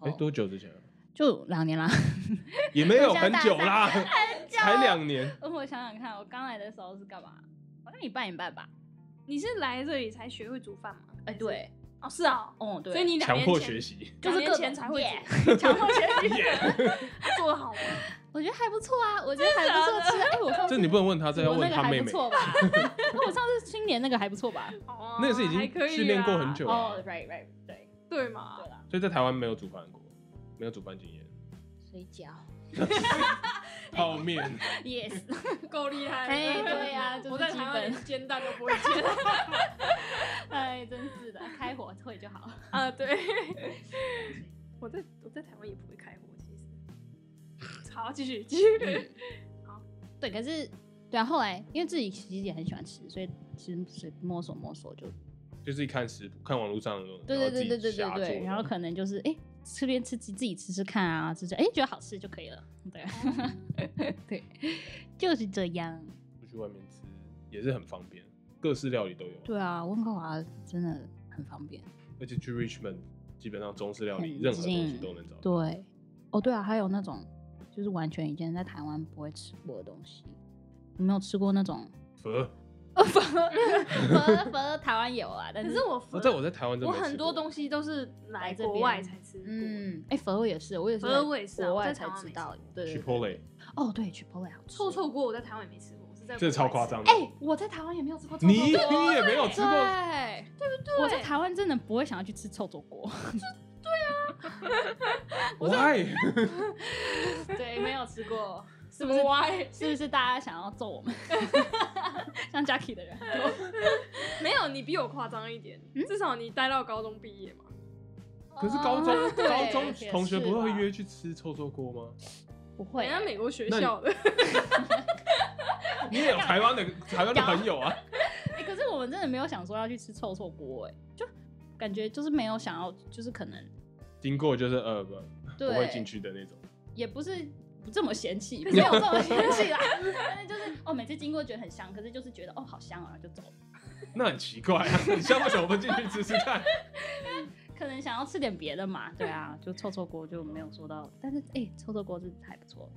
哎，多久之前啊？就两年啦。也 没有我现在很大久三啦， 才两年。 我想想看，我刚来的时候是干嘛？好像一半一半吧。你是来这里才学会煮饭吗？哎、对，哦，是哦，哦对，所以你两强年迫前学习，就是两各年种前才会 Yeah，强迫学习， 做的好吗？ 我觉得还不错啊，我觉得还不错吃。哎、我上 次这你不能问他，这要我问那个他还妹不妹。错 吧？哎那我上次青年那个还不错吧？哦那个是已还经可以训练过很啦久哦、了， right right，对对嘛对？啦，所以在台湾没有煮饭过，没有煮饭经验。水饺泡面， ，yes， 够厉害了！哎对 呀这我在是基台湾本连煎蛋都不会煎哎，真是的，开火会就好。啊！对，我在我在台湾也不会开火，其实。好，继续继续。对，可是对啊，后来因为自己其实也很喜欢吃，所以其实随摸索摸索就就自己看食谱，看网络上的东西，对然对后自对己对对对瞎对，做然后可能就是哎、诶这边吃自自己吃吃看啊，吃吃哎、诶觉得好吃就可以了，对 对，就是这样。出去外面吃也是很方便，各式料理都有。对啊，温哥华真的很方便。而且去 Richmond 基本上中式料理很任何东西近都能找到。对，哦对啊，还有那种就是完全以前在台湾不会吃过的东西，你没有吃过那种？呃佛 佛佛台湾有啊，但可是是我那在我在台湾真我的没吃很多过东西都是来来这国边外才吃过的。嗯，哎、佛也是，我也是佛在我也是啊国我外在才台湾知没吃道过，对对对， Chipotle 哦对，Chipotle 好吃，臭臭锅我在台湾也没吃过，我是在这超国夸外吃张的哎、我在台湾也没有吃过臭你臭你锅，也没有吃过，对哎对不对？我在台湾真的不会想要去吃臭臭锅， why？ 对，没有吃过，什么歪？ 是不是大家想要揍我们？ 像 Jackie 的人很多， 没有，你比我夸张一点，至少你待到高中毕业嘛。可是高中哦对高中也同学是不会吧约去吃臭臭锅吗？不会哎人家美国学校的，你也有台湾 的台湾的有朋友啊，欸可是我们真的没有想说要去吃臭臭锅，哎，就感觉就是没有想要，就是可能经过就是呃不对不会进去的那种。也不是不这么嫌弃，没有这 么嫌弃啦，但是就是哦，每次经过觉得很香，可是就是觉得哦好香哦，然后就走了。那很奇怪啊，你像为什么不进去吃吃 看？可能想要吃点别的嘛，对啊，就臭臭锅就没有说到，但是哎、欸臭臭锅是还不错。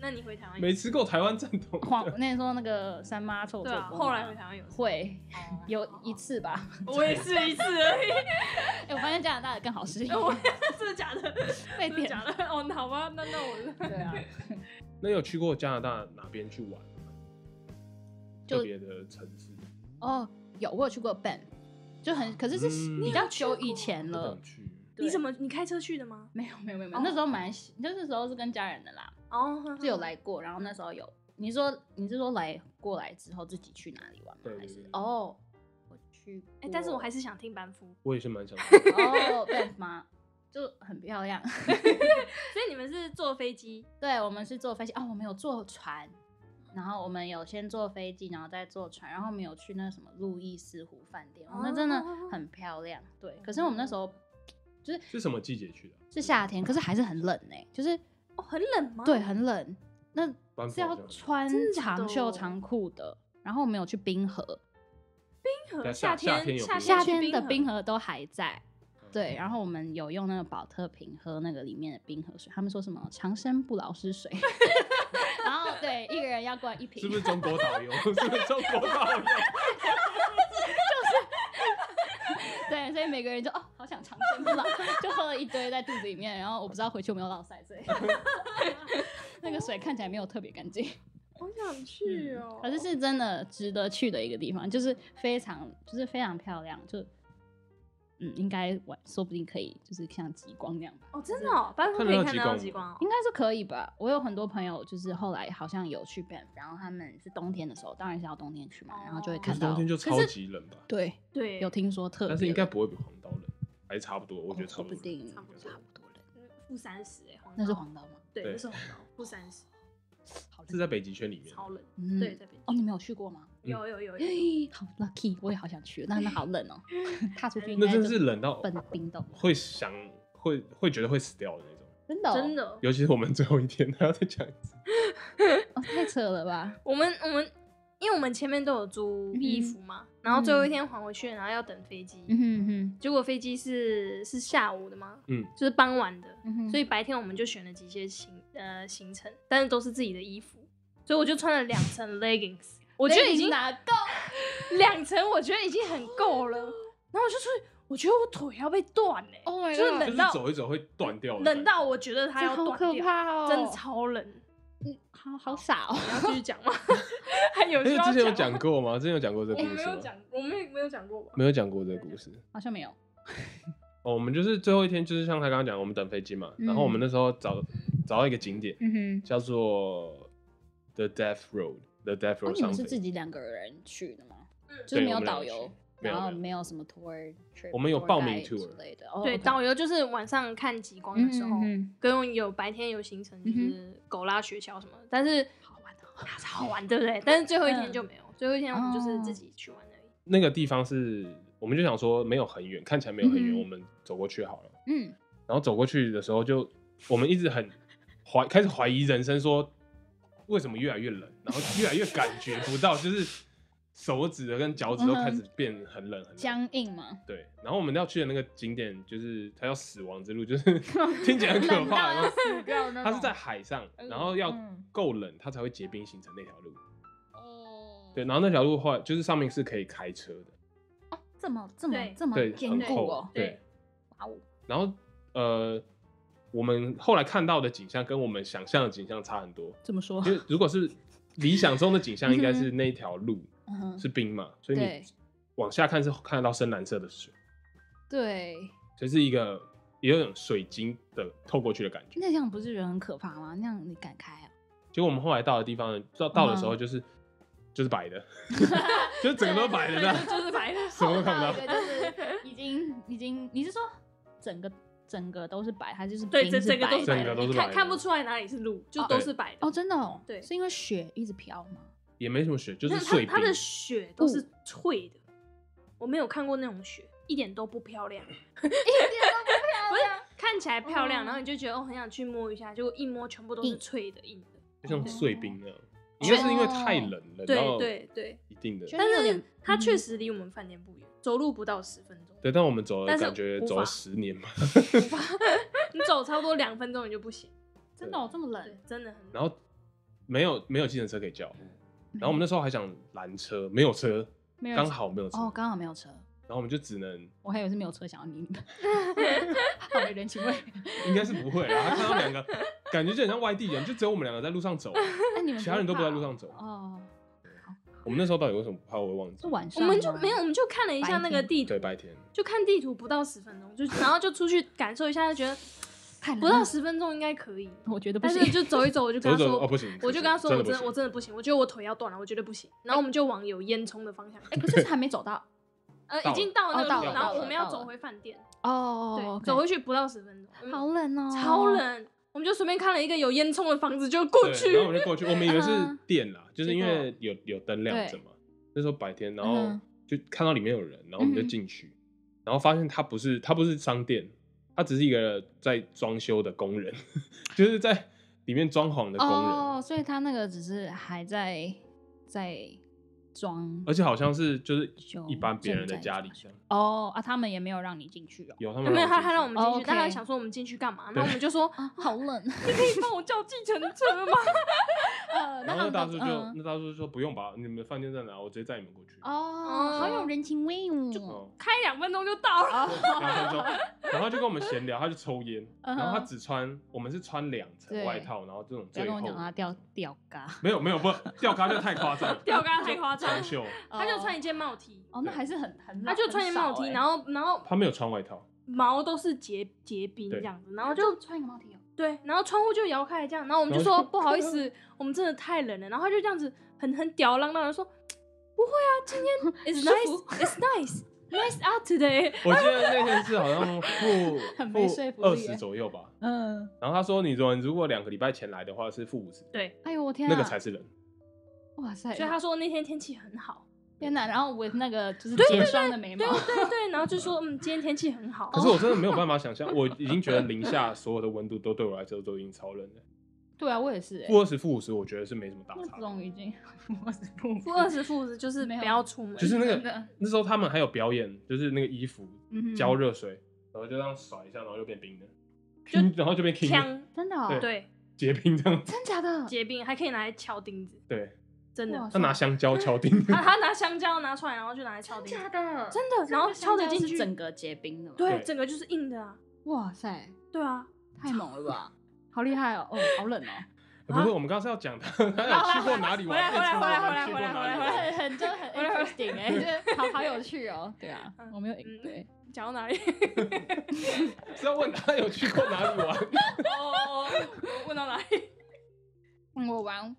那你 回台湾没吃过台湾正统黄的，那时候那个三妈臭臭对啊，锅嘛，后来回台湾有吃，会哦有一，次吧。 我也是一次而已， 哎、我发现加拿大的更好吃，我真的假 的？ 被真的点假的？ 哦，好吧，那那 我对啊，那有去过加拿大哪边去玩吗？就特别的城市，哦，有我有去过 Ben，就很可是是嗯比较久以前不了想。去。你怎么么你开车去的吗？没有没有没有没有？哦那时候蛮喜，就那时候是跟家人的啦，哦，是有来过，然后那时候有。你说你是说来过来之后自己去哪里玩吗对？对还是对哦，我去过，哎、但是我还是想听班夫，我也是蛮想去，哦 Ben 吗？就很漂亮。 所以你们是坐飞机，对，我们是坐飞机哦，我们有坐船，然后我们有先坐飞机，然后再坐船，然后我们有去那什么路易斯湖饭店，哦、那真的哦很漂亮。对，可是我们那时候 是什么季节去的啊？是夏天，可是还是很冷呢、就是哦，很冷吗？对，，很冷，那班是夫好要像穿真的假的长袖哦长裤的。然后我们有去冰河，对夏夏夏天天有夏去天的河冰河都还在。嗯对，然后我们有用那个保特瓶喝那个里面的冰河水，他们说什么长生不老 是水， 然后对，一个人要灌一瓶，是不是中国导游？ 是不是中国导游？对，所以每个人就哦，好想长生不老，就喝了一堆在肚子里面，然后我不知道回去有没有落塞，所以 那个水看起来没有特别干净，我想去哦，可是是真的值得去的一个地方，就是非常就是非常漂亮，就嗯，应该晚说不定可以就是像极光那样吧，哦，真的哦，班夫可以看看得得到到极极光光哦应。该是可以吧。我有很多朋友就是后来好像有去 Banff，然后他们是冬天的时候，当然是要冬天去嘛，然后就会哦 可看是到，冬天就可超是级冷吧？对，对，有听说特别冷，但是应该不会比黄岛冷，还是差不多，我觉得差说不不多。定差不多差不多冷，嗯负三十哎，黄那是道黄岛吗？对，对那是黄岛，负三十，好冷是在北极圈里面，超冷。嗯对，在北京哦，你没有去过吗？嗯有有有有，哎好 lucky，我也好想去，但那好冷 哦，踏出去应那该真就是是冷哦到奔冰冻，会想会会觉得会死掉的那种。真的哦真 的。尤其是我们最后一天还要再讲一次， 哦太扯了吧？我们我们因为我们前面都有租嗯衣服嘛，然后最后一天还回去，然后要等飞机，嗯哼哼，结果飞机是是下午的吗？嗯，就是傍晚的，嗯哼所以白天我们就选了几些行呃行程，但是都是自己的衣服，所以我就穿了两层 leggings，我我觉得已经拿够，哦两层，我觉得已经很够了。然后我就出去，我觉得我腿要被断嘞、 Oh my 就是就是 god 冷到走一走会断掉的感觉，冷到我觉得它这要好断可掉，怕哦，真的超冷。好好傻哦。你要继 续讲吗？还有需哎，要之前有吗讲，过吗？之前有讲过这个我故没事有吗？讲，我没有没有讲过吧？没有讲过这个故事。好像没有，哦，我们就是最后一天，就是像他刚刚讲，我们等飞机嘛，然后我们那时候找找到一个景点，嗯 叫做 The Death Road，The Death 哦， Road 你上们飞是自己两个人去的吗？嗯就是没对我有们导两游个去，没有然后没有没有什么 tour trip，我们有 tour 报名 guide tour 之类的。哦对， ，OK 导游就是晚上看极光嗯的时候，嗯跟有白天有行程，就嗯哼是狗拉雪橇什么的，但是好玩的，好玩， 对不对？但是最后一天嗯就没有，最后一天我们就是哦自己去玩而已。那个地方是，我们就想说没有很远，看起来没有很远，嗯哼我们走过去好了。嗯然后走过去的时候就，我们一直很怀开始怀疑人生说为什么越来越冷，然后越来越感觉不到，就是手指的跟脚趾都开始变很冷很冷。嗯，僵硬嘛，对，然后我们要去的那个景点就是它叫死亡之路，就是 听起 来很可怕。然后死掉 那它是在海上，然后要嗯够冷，它才会结冰形成那条路。哦，对，然后那条路后来就是上面是可以开车的，哦，这么这么对这么对，坚很固厚哦，，对，哇哦，然后呃，我们后来看到的景象跟我们想象的景象差很多，这 么说因为如果是理想中的景嗯象，应该是那一条路嗯哼，是冰嘛，所以对你往下看是看得到深蓝色的水，对，就是一个也有种水晶的透过去的感觉。那样不是人很可怕吗？那样你敢开啊？结果我们后来到的地方呢，到到的时候嗯就是、就是白 的，就是整个都白的这样，就是白的，什么都看不到到一。个就是已经已经，你是说整个整个都是白，它就是对，冰这是整个都白是的白整的，个都是你白看的看不出来哪里是路，就都是白的。哦，真的哦，对是因为雪一直飘 吗？也没什么雪，就那是碎冰它。它的雪都是脆的，我没有看过那种雪，一点都不漂亮，哎 啊不是看起来漂亮，嗯然后你就觉得哦很想去摸一下，结果一摸全部都是硬脆的硬的。就像碎冰那样，应该是因为太冷了，哦对然后对对，一定的就。但有是点它嗯确实离我们饭店不远，走路不到十分钟。对，但我们走了但是感觉无走法了十年吧， 你走差不多两分钟你就不行，真的哦，这么对冷，，真的很。 然后没有没有计程车可以叫，然后我们那时候还想拦车，没有车，没有刚好没有车，哦，刚好没有车，然后我们就只能我还以为是没有车想要 理你们，好没人情味。应该是不会啦，他看到两个感觉就很像外地人，就只有我们两个在路上走，那你们其他人都不在怕路上走。哦，我们那时候到底为什么不怕，我会忘记是。晚我上们就吗没有，我们就看了一下那个地图对，，白天就看地图不到十分钟，就然后就出去感受一下，就觉 得太冷不到了十分钟应该可以。我觉得不但行，是就走一走，我就走跟一他走说，哦不行，我就跟他说，我真的的我真的不行，我觉得我腿要断了，我觉得不行。然后我们就往有烟囱的方向，哎，可是还没走到呃，到已经到了那哦个到路，了然到后了我们到要了走回饭店， 哦对，，走回去不到十分钟，嗯好冷哦，超，冷，我们就随便看了一个有烟囱的房子就过对去然，后我就过去，我们以为是嗯店啦，就是因结为有有灯亮着嘛。那时候白天，然后嗯就看到里面有人，然后我们就进去，然后发现他不是他不是商店，他只是一个在装修的工人， 就是在里面装潢的工人，哦，所以他那个只是还在在装而且好像是就是修一般别人的正在家里装这样，哦啊，他们也没有让你进去 哦，有他他们没有他他他让我们进去，哦但他，OK 想说我们进去干嘛？那我们就说，啊，好冷，你可以帮我叫计程车吗？ 呃，然他后那们大都叔就、嗯那大叔就说不用吧，你们饭店在哪？我直接载你们过去。哦，好有人情味哦，啊哦开两分钟就到了，两分 钟，然后就跟我们闲聊，他就抽烟，嗯然哼后他只穿我们是穿两层对外套，然后这种不最要跟厚我讲啊他的，掉掉嘎，没有没有不吊咖就太夸张 了，吊嘎太夸张长袖，他就穿一件帽 T，哦，那还是很很欸他就穿一件帽 T，然后然后他没有穿外 套，毛都是结结冰这对样子，然然后后就就穿一个帽 T 哦，对，然后窗户就摇开来这样，然后我们就然说后就不 好意思，我们真的太冷了，然后他就这样子很很吊儿郎当的说不会啊，今天 it's 舒 nice 服 it's nice nice out today，我记得那天是好像负很没说负服二力耶十左右吧，嗯，然后他说你如果如果两个礼拜前来的话是负五十，对，哎呦我天啊，那个才是人，哇塞，所以他说那天天气很好，天哪，然后 with 那个就是对结霜的眉毛 对，啊对对，然后就说嗯今天天气很好，可是我真的没有办法想象，我已经觉得零下所有的温度都对我来说都已经超冷了，对啊，我也是、欸。负二十、负五十，我觉得是没什么大那差这别。种已经 我是不负二十负五十就是没不有要出门，就是那真个的那时候他们还有表演，就是那个衣服嗯哼浇热水，然后就这样甩一下，然后就变冰的，就冰然后就变 king 枪，真的、哦，对对，结冰这样。真假的？结冰还可以拿来敲钉子，对真的哇。他拿香 蕉敲钉子他他拿香蕉拿出来，然后就拿来敲钉子，的真的，然后敲得进去，整个结冰的吗？对，对整个就是硬的啊，哇塞，对啊，太猛了 吧！好厉害哦！哦，好冷哦！不是，我们刚刚是要讲他他有去过哪里玩，回来回来回来去过回来哪里玩回来回来很 很真的很回来回来 interesting 哎，就是 好好有趣哦。对啊嗯，我没有嗯对，讲到哪里？是要问他有去过哪里玩？ 哦，我问到哪里？嗯我玩。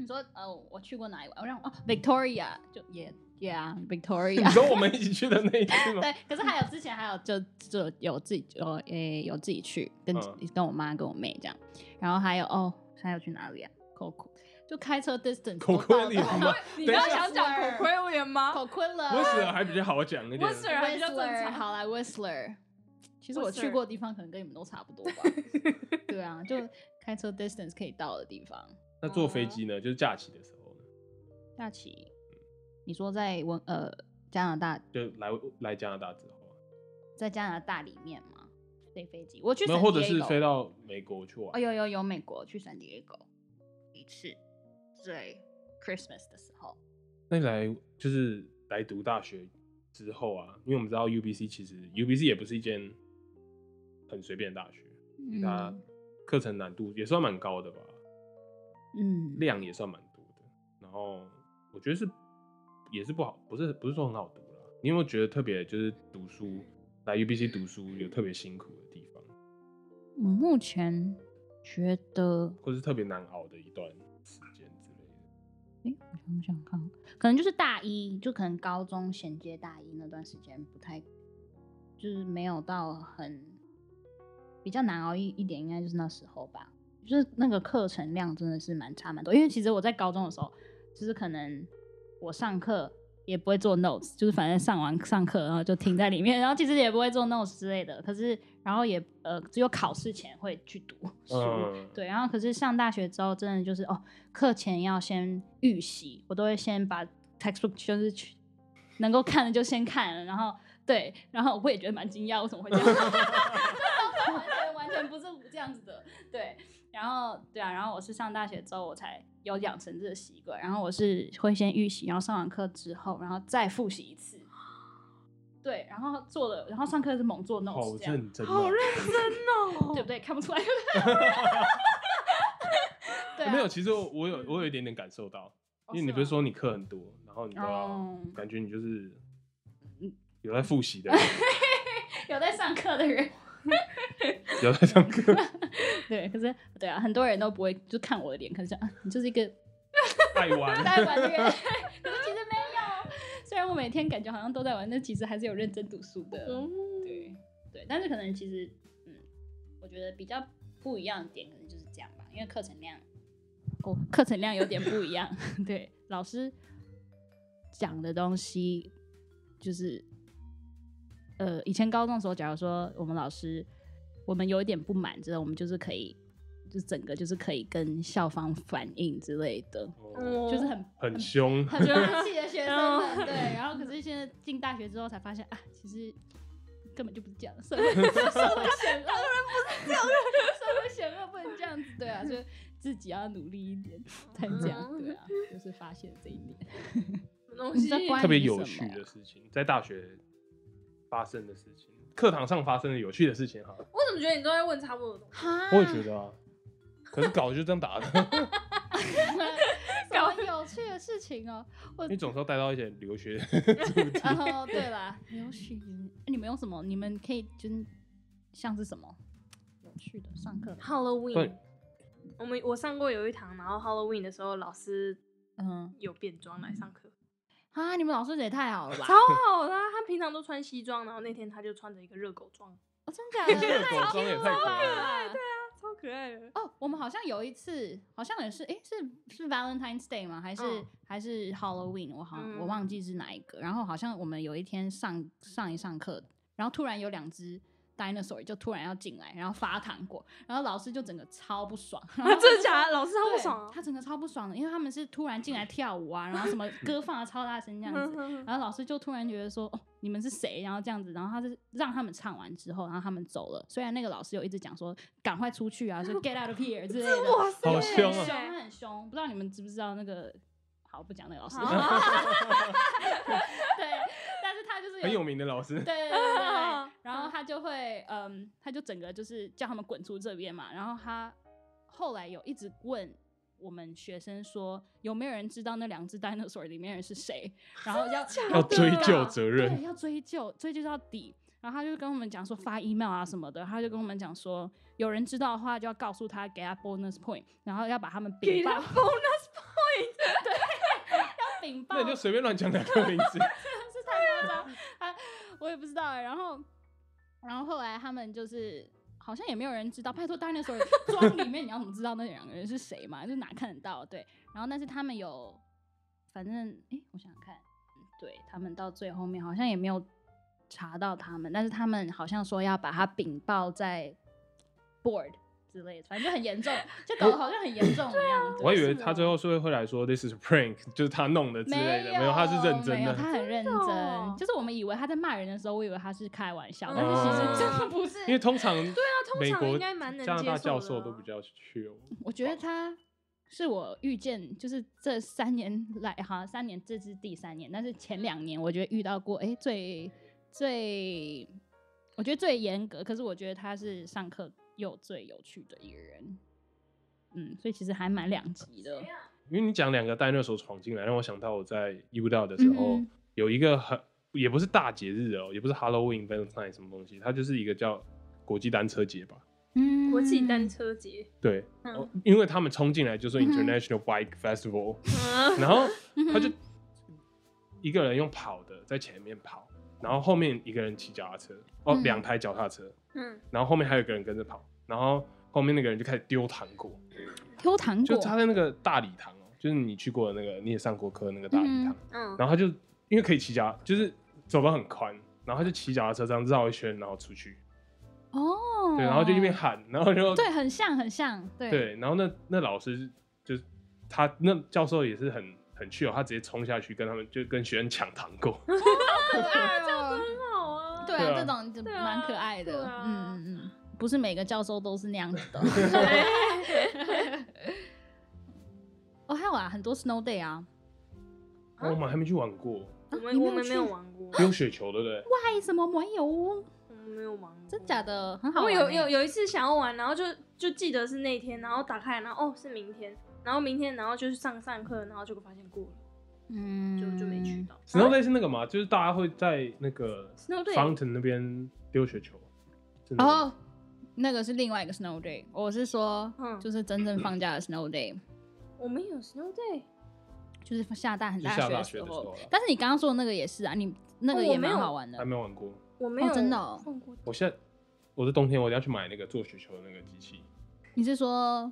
你说呃，我去过哪里玩？我让哦，Victoria 就也也啊你，Victoria。说我们一起去的那一次吗？对，可是还有之前还有就就有自己有诶、有自己去跟、嗯跟我妈跟我妹这样，然后还有哦还有去哪里啊？口口就开车 distance 口都到昆里的好吗？你等刚一刚下想讲口盔威廉吗？口昆了我死了啊还比较好讲一点。啊 Whistler 还比较正 Whistler，常好啦 Whistler。其实我 Whistler 去过的地方可能跟你们都差不多 吧，对啊，就开车 distance 可以到的地方。那坐飞机呢？就是假期的时候呢，假期，你说在温呃加拿大，就来来加拿大之后啊，在加拿大里面吗？飞飞机，我去然 San 后或者是 Diego 飞到美国去哦，玩。有有有，美国去圣地亚哥一次，对，Christmas 的时候，那你来就是来读大学之后啊，因为我们知道 UBC 其实 UBC 也不是一间很随便的大学，它嗯课程难度也算蛮高的吧，嗯，量也算蛮多的。然后我觉得是也是不好，不是不是说很好读啦。你有没有觉得特别就是读书来 UBC 读书有特别辛苦的地方，我目前觉得，或是特别难熬的一段时间之类的？诶，我想想看，可能就是大一，就可能高中衔接大一那段时间不太，就是没有到很比较难熬一一点，应该就是那时候吧，就是那个课程量真的是蛮差蛮多，因为其实我在高中的时候，就是可能我上课也不会做 notes，就是反正上完上课然后就停在里面，然后其实也不会做 notes 之类的，可是然后也呃只有考试前会去读 书，嗯对，然后可是上大学之后真的就是哦，课前要先预习，我都会先把 textbook 就是去能够看的就先看了，然后对，然后我也觉得蛮惊讶，为什么会这样？ 对完全完全不是这样子的，对。然后对啊，然后我是上大学之后我才有养成这个习惯，然后我是会先预习，然后上完课之后，然后再复习一次。对，然后做了，然后上课是猛做 notes，好这样认真、啊，好认真哦，对不对？看不出来。 对、啊，没有，其实我我有我有一点点感受到，哦，因为你是不是吗说你课很多，然后你都要哦 嗯感觉你就是有在复习的人，有在上课的人，有在上课，对，可是对啊，很多人都不会就看我的脸，可是想啊，你就是一个爱 玩。在玩的人，可是其实没 有。虽然我每天感觉好像都在玩，但其实还是有认真读书的。嗯对对，但是可能其实，嗯，我觉得比较不一样的点可能就是这样吧，因为课程量，我、课程量有点不一样， 对，老师讲的东西就是，呃，以前高中的时候，假如说我们老师我们有一点不满之后，我们就是可以。就整个就是可以跟校方反映之类的，哦哦就是很很凶，嗯很霸气的学生们，对。然后可是现在进大学之后才发现啊，其实根本就不是这样，社会社会险恶，当然不是这样，社会险恶不能这样子，对啊，所以自己要努力一点才这样，对啊，就是发现这一点。什么东你西在关特别于有什趣么的事情，在大学发生的事情，课堂上发生的有趣的事情哈，我怎么觉得你都在问差不多的东西？哈我也觉得啊，可是稿就这样打 的，什么有趣的事情哦。你总是要带到一些留 学主题然后对啦，流行，你们有什么？你们可以就是像是什么有趣的上课？对 Halloween，我们我上过有一堂，然后 Halloween 的时候老师嗯，有变装来上课，啊，你们老师也太好了吧超！好啦、他平常都穿西装，然后那天他就穿着一个热狗装，哦，真假的？ 热狗装也太可爱了。啊对啊。超可爱的。哦，我们好像有一次，好像也是，诶，是是 Valentine's Day 吗？还是、嗯还是 Halloween？我好像、嗯我忘记是哪一个。然后好像我们有一天上上一上课，然后突然有两只 dinosaur 就突然要进来，然后发糖果，然后老师就整个超不爽，然后 啊真的假 的？老师他不对爽啊他整个超不爽的，因为他们是突然进来跳舞啊，然后什么 歌放的超大声这样子，嗯嗯嗯然后老师就突然觉得说，哦，你们是谁？然后这样子，然后他是让他们唱完之后，然后他们走了。虽然那个老师有一直讲说，赶快出去啊，说 get out of here 之类的，哇塞，好凶很啊凶，他很凶。不知道你们知不知道那个？好，不讲那个老师。 好对，但是他就是很有有名的老师对，对对对对，然后他就会，嗯，他就整个就是叫他们滚出这边嘛。然后他后来有一直问我们学生说，有没有人知道那两只 dinosaur 里面的人是谁？然后要 要对追啊究责对，任，要追究，追究到底。然后他就跟我们讲说发 email 啊什么的，他就跟我们讲说，有人知道的话就要告诉他，给他 bonus point，然后要把他们给禀报他 bonus point， 禀报那你就随便乱讲两个名字，是太夸张，啊，我也不知道哎、然后，然后后来他们就是好像也没有人知道，拜托 dinosaur 庄里面你要怎么知道那两个人是谁嘛？就哪看得到？对，然后但是他们有，反正哎、诶我想想看，嗯对他们到最后面好像也没有查到他们，但是他们好像说要把它禀报在 board 之类的，反正就很严重，就搞得好像很严重一样。对我还以为是他哦最后是会会来说 this is a prank，就是 他弄的之类的，没有，他是认真没有的。他很认真的哦真。就是我们以为他在骂人的时候，我以为他是开玩笑，嗯但是其实真的不是。哦因为通常对啊通常美国应该蛮能加拿接大受教的授啊都比较 chill，我觉得他是我遇见，就是这三年来，好像三年这是第三年，但是前两年我觉得遇到过，哎、最最，我觉得最严格，可是我觉得他是上课又最有趣的一个人。嗯，所以其实还蛮两极的。因为你讲两个戴那手闯进来，让我想到我在 U 到的时候、嗯哼有一个很也不是大节日哦，也不是 Halloween、Valentine 什么东西，它就是一个叫国际单车节吧。嗯国际单车节，对，嗯哦因为他们冲进来就说嗯哼 International Bike Festival，、嗯然后他就嗯一个人用跑的在前面跑，然后后面一个人骑脚踏车，哦，嗯两台脚踏车， 嗯，然后后面还有一个人跟着跑，然后后面那个人就开始丢糖果，丢糖就果，他在那个大礼堂哦，就是你去过的那个，你也上过课的那个大礼堂，嗯，然后他就因为可以骑脚，就是走得很宽，然后他就骑脚踏车这样绕一圈，然后出去，哦，对，然后就一边喊，然后就对，很像，很像，对，对，然后那那老师就是他那教授也是很很去哦，他直接冲下去跟他们就跟学生抢糖果，可爱哦。很好啊，对对啊啊，这种就对啊蛮可爱对的，啊嗯嗯嗯，不是每个教授都是那样子 的。哦，还有啊，很多 snow day 啊，我啊们还没去玩过，我啊们你没我有们没有去玩 过，丢雪球对不对？为什么没有？我们没有玩过，真假的，很好我玩有欸有有一次想要玩，然后就就记得是那天，然后打开，然后哦是明天，然后明天然后就是上上课，然后结果发现过了，嗯就就没去。到。啊然后类似那个嘛，就是大家会在那个 Snow Day fountain 那边丢雪球，是那个吗哦，那个是另外一个 snow day，我是说嗯，就是真正放假的 snow day，我们有 Snow Day，就是下大很就大下大雪雪的时候候啊。但是你刚刚说的那个也是啊，你那哦个我也没蛮有好玩的还。没玩过。我没有、哦真的哦放过。我现在我的冬天我要去买那个做雪球的那个机器，你是说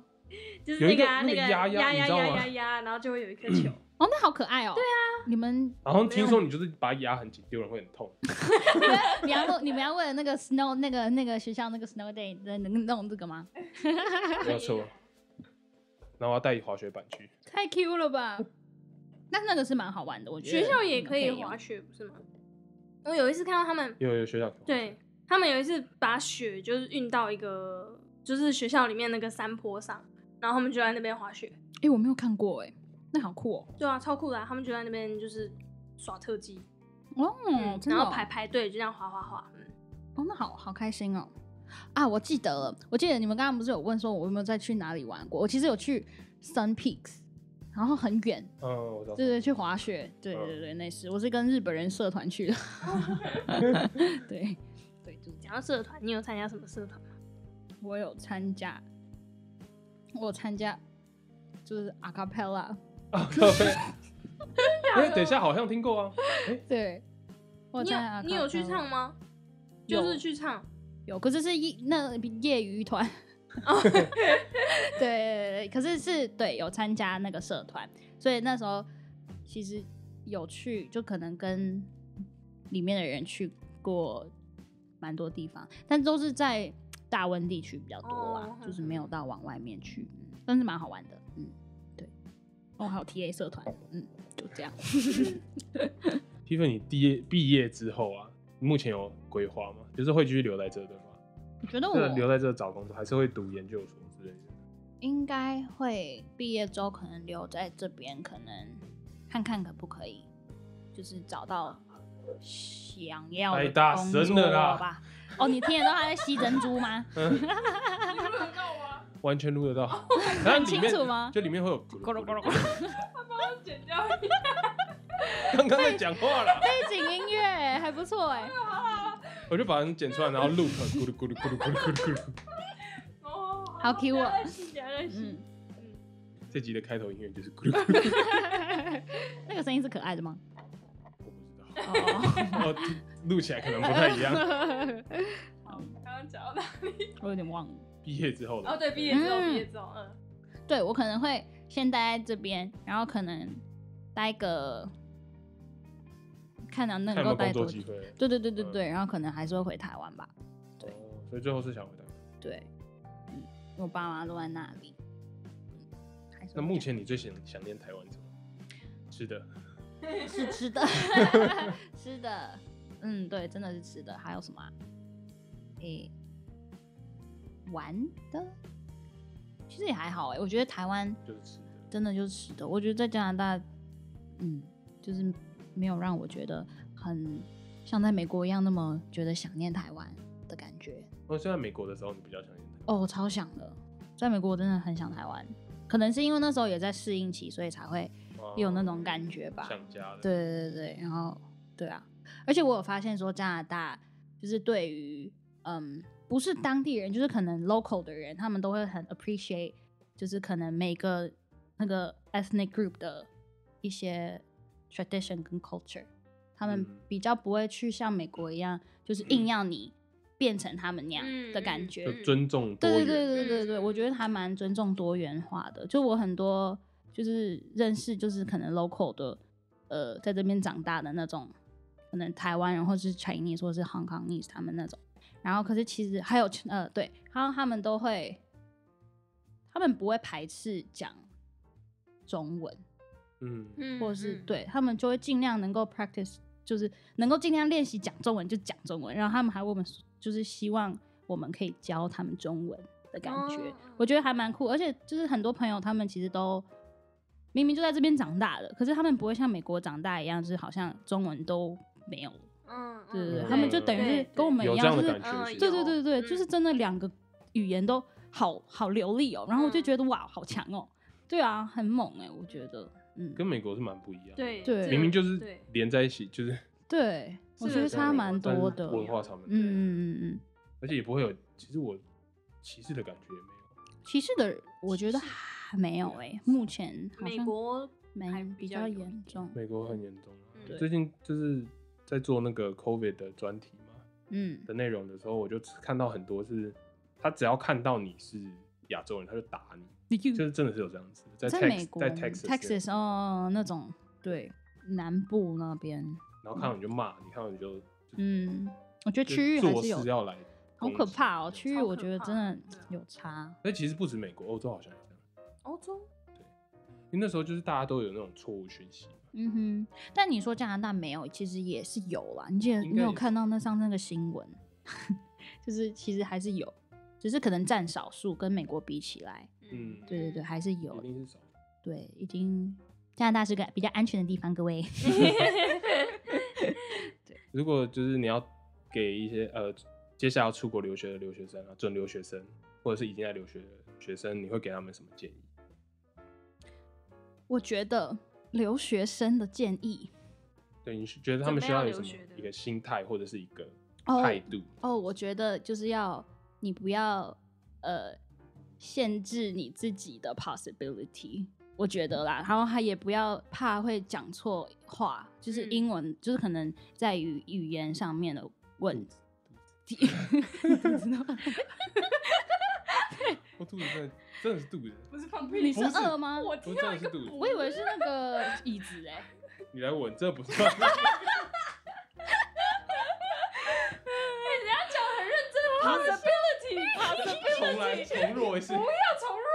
就是有一那个那啊，那个压压压压你压知道吗压压，然后就会有一颗球。哦，那好可爱哦。对啊，你们然后听说你就是把它压很紧，丢人会很 痛。你要问你 们要为了那个 snow 那个那个学校那个 snow day 在弄弄这个吗？没有错。然后我要带滑雪板去，太 Q 了吧！但那个是蛮好玩的，我觉得学校也可以嗯滑雪，不是吗？我有一次看到他们，因为有学长对他们有一次把雪就是运到一个就是学校里面那个山坡上，然后他们就在那边滑雪。哎、我没有看过哎、那好酷哦、对啊，超酷的、啊，他们就在那边就是耍特技，哦，真的嗯然哦后排排队就这样滑滑滑，嗯，哦，那好好开心哦、啊，我记得了，我记得你们刚刚不是有问说我有没有再去哪里玩过？我其实有去 Sun Peaks，然后很远，嗯，我知道。对对，去滑雪，对嗯对对，那是我是跟日本人社团去的， 对对，就讲到社团，你有参加什么社团吗？我有参加，我有参加，就是阿卡 l 拉，啊，咖啡。哎，等一下，好像听过啊。哎，对，我你参加 acapella 有你有去唱吗？就是去唱，有，可是是一那业余团， 对对对，可是是对有参加那个社团，所以那时候其实有去，就可能跟里面的人去过蛮多地方，但都是在大温地区比较多啦，哦就是没有到往外面去，嗯但是蛮好玩的，嗯，对。哦，还有 TA 社团，嗯，就这样。 Tiffany 你毕业毕业之后啊，目前有规划吗？就是会继续留在这对吗？我觉得对，留我在这找工作，还是会读研究所之类的？应该会毕业之后可能留在这边，可能看看可不可以，就是找到想要太的大工声了作啦吧。哦，你听得到他在吸珍珠吗？完全录得到， 然后里面哦清楚吗就里面会有咕咕噜咕噜咕噜，剪掉刚刚在讲话了，背景音乐还不错哎、我就把它剪出来，然后 loop 咕噜咕噜咕噜咕噜咕噜咕噜。哦，好 cue 我不要再洗不要再洗嗯，这集的开头音乐就是咕噜咕噜，那个声音是可爱的吗？我不知道，哦， 我录起来可能不太一样。好，刚刚讲到哪？我有点忘了。毕业之后哦，的，对，毕业之后，嗯毕业之后，嗯，对我可能会先待在这边，然后可能待个，看能看能有没够有待工多作久机。会。嗯对对对对对，然后可能还是会回台湾吧。对哦，所以最后是想回台湾。对，嗯，我爸妈都在那里。嗯还是会那这目样前你最想想念台湾什么？吃的， 是吃的，吃的，嗯，对，真的是吃的。还有什么、啊？诶、玩的，其实也还好诶、欸我觉得台湾就是吃的。真的就是吃的。我觉得在加拿大，嗯，就是没有让我觉得很像在美国一样那么觉得想念台湾的感觉。哦，虽然美国的时候你比较想念台湾，哦，我超想的，在美国我真的很想台湾，可能是因为那时候也在适应期，所以才会哦有那种感觉吧。想家的。，对对对，然后对啊，而且我有发现说加拿大就是对于嗯不是当地人，就是可能 local 的人，他们都会很 appreciate，就是可能每个那个 ethnic group 的一些 tradition 跟 culture，他们嗯比较不会去像美国一样，就是硬要你变成他们那样的嗯感嗯觉。就尊重多对对元。对对对嗯对，我觉得还蛮尊重多元化的。就我很多就是认识，就是可能 local 的，呃，在这边长大的那种，可能台湾人或是 Chinese 或是 Hong Kongese 他们那种。然后可是其实还有呃，对，还有他们都会，他们不会排斥讲中文，嗯，嗯或者是嗯对他们就会尽量能够 practice，就是能够尽量练习讲中文就讲中文，然后他们还问我们说就是希望我们可以教他们中文的感觉，哦我觉得还蛮酷，而且就是很多朋友他们其实都明明就在这边长大的，可是他们不会像美国长大一样，就是好像中文都没有，嗯，嗯对对对，嗯他们就等于对是对跟我们一有这样，样就的是感觉嗯是。对对对对，嗯就是真的两个语言都好好流利哦，然后我就嗯觉得哇，好强哦，对啊，很猛哎、我觉得，嗯，跟美国是蛮不一样的。对对明明就是对连在一起，就是对，我是觉得有差美蛮但是多的，文化上面，嗯嗯嗯嗯，而且也不会有，其实我歧视的感觉也没有。歧视的我觉得歧视还没有哎、目前好美像国没还比比较较有一严点重，美国很严重啊、嗯我对最近就是在做那个 COVID 的专题嘛嗯的内容的时候，我就看到很多是，他只要看到你是亚洲人，他就打 你，就是真的是有这样子，在在美 Tex 国在 Texas 那边 Texas 哦那种对南部那边，然后看到你就骂，你看到你就嗯，我觉得就区域还做是有事，要来，好可怕哦，区域超我可觉得怕真的对啊有差，那其实不止美国，欧洲好像也这样，欧洲，因为那时候就是大家都有那种错误讯息嘛，嗯哼。但你说加拿大没有，其实也是有啦，你记得应你该有也看到那上那个新闻， 就是其实还是有，只是可能占少数，跟美国比起来，嗯对对对，还是有一定是少。对，已经加拿大是个比较安全的地方，各位。 如果就是你要给一些呃接下来要出国留学的留学生啊，准留学生或者是已经在留学的学生，你会给他们什么建议？我觉得留学生的建议对，你是觉得他们需要有什准备要留学么的一个心态或者是一个哦态度？哦，我觉得就是要你不要呃限制你自己的 possibility。我觉得啦，然后他也不要怕会讲错话，就是嗯英文，就是可能在于语言上面的问题。我肚子真的真的是肚子，不是放 屁，你是不是饿吗？我我听真到的一是个肚 补，子。我以为是那个椅子哎、你来吻，这不是。人家重来 possibility，possibility，重弱一次，要重弱。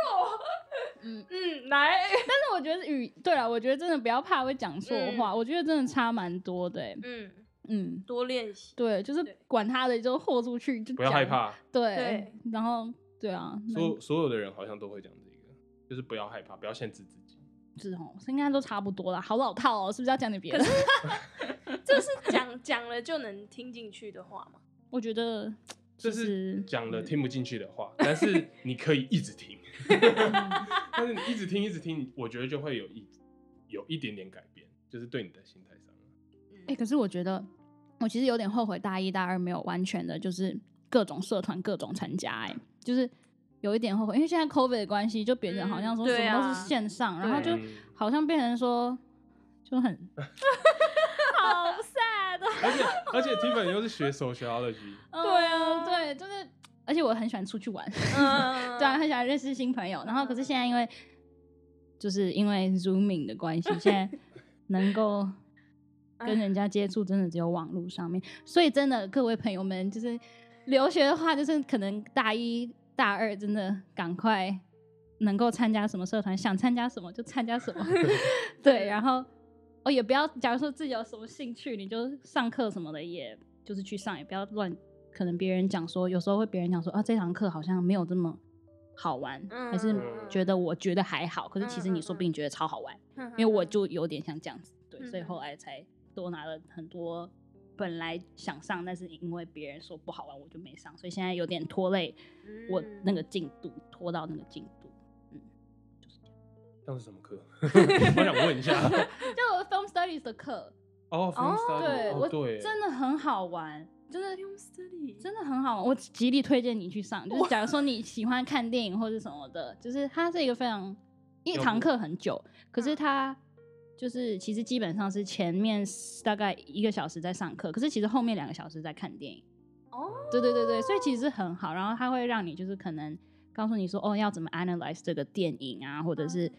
嗯， 嗯，来，但是我觉得语对了，我觉得真的不要怕会讲错话，我觉得真的差蛮多的、欸。嗯，嗯，多练习。对，就是对管他的，就豁出去，就不要讲害。怕。对，对然后对啊，所所有的人好像都会讲这个，就是不要害怕，不要限制自己。志宏哦应该都差不多啦，好老套哦、是不是要讲点别的？这是讲讲了就能听进去的话吗？ 我觉 得就其实是嗯讲了听不进去的话，但是你可以一直听，但是你一直听一直听，我觉得就会有一有一点点改变，就是对你的心态上。嗯哎、可是我觉得我其实有点后悔大一、大二没有完全的，就是各种社团各种参加、哎，就是有一点后悔，因为现在 COVID 的关系，就别人好像说嗯对什啊么都是线上，然后就对好像变成说就很好 sad 哦。而且而且 Tiffany 又是学 sociology，对啊嗯对，就是，而且我很喜欢出去玩，嗯对啊，很喜欢认识新朋友。然后可是现在因为就是因为 Zooming 的关系，现 在能够跟人家接触，真的只有网络上面。所以真的，各位朋友们，就是留学的话，就是可能大一、大二真的赶快能够参加什么社团，想参加什么就参加什 么。 对，然后哦也不要，假如说自己有什么兴趣，你就上课什么的也，就是去上，也不要乱。可能别人讲说，有时候会别人讲说啊，这堂课好像没有这么好玩，还是嗯觉得我觉得还好，可是其实你说不定觉得超好玩。因为我就有点像这样子，对，所以嗯后来才多拿了很多本来想上，但是因为别人说不好玩，我就没上，所以现在有点拖累我那个进度，拖到那个进度。像是什么 课？我想问一下。就我 film studies 的课，哦 f i l 哦 study，对哦我对，真的很好玩，嗯就是用 study 真的很好玩，我极力推荐你去上。就是假如说你喜欢看电影或者什么的，就是它是一个非常一堂课很久，嗯可是它就是其实基本上是前面大概一个小时在上课，可是其实后面两个小时在看电影。哦，对对对对，所以其实很好。然后它会让你就是可能告诉你说哦要怎么 analyze 这个电影啊，或者是嗯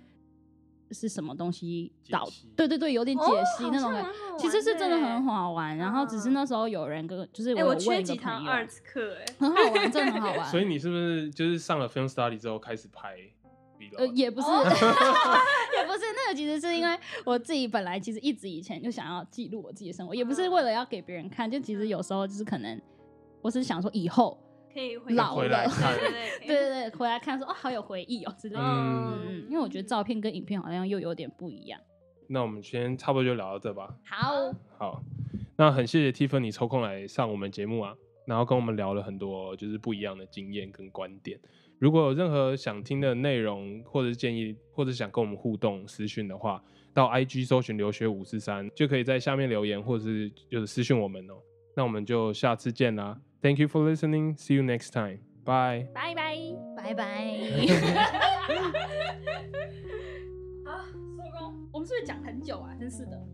是什么东西解导析，对对对，有点解哦析那种感觉。觉其实是真的很好好玩，然后只是嗯那时候有人跟，就是玩欸。哎，有我问缺一个几朋堂友，二次课哎。很好玩，真的很好玩。所以你是不是就是上了 film study 之后开始拍 vlog？呃，也不是，哦 也不是，那个其实是因为我自己本来其实一直以前就想要记录我自己的生活，也不嗯是为了要给别人看，就其实有时候就是可能我只是想说以后，可以回老回来了看对对对 对对对，回来看说哦好有回忆哦之类的。嗯嗯，因为我觉得照片跟影片好像又有点不一样。那我们先差不多就聊到这吧。好，好，那很谢谢 Tiffany 抽空来上我们节目啊，然后跟我们聊了很多就是不一样的经验跟观点。如果有任何想听的内容或者是建议，或者想跟我们互动私讯的话，到 IG 搜寻留学五四三，就可以在下面留言或者是就是私讯我们哦。那我们就下次见啦！Thank you for listening. See you next time. Bye. 拜拜。拜拜。 好，收工。我们是不是讲很久啊？真是的。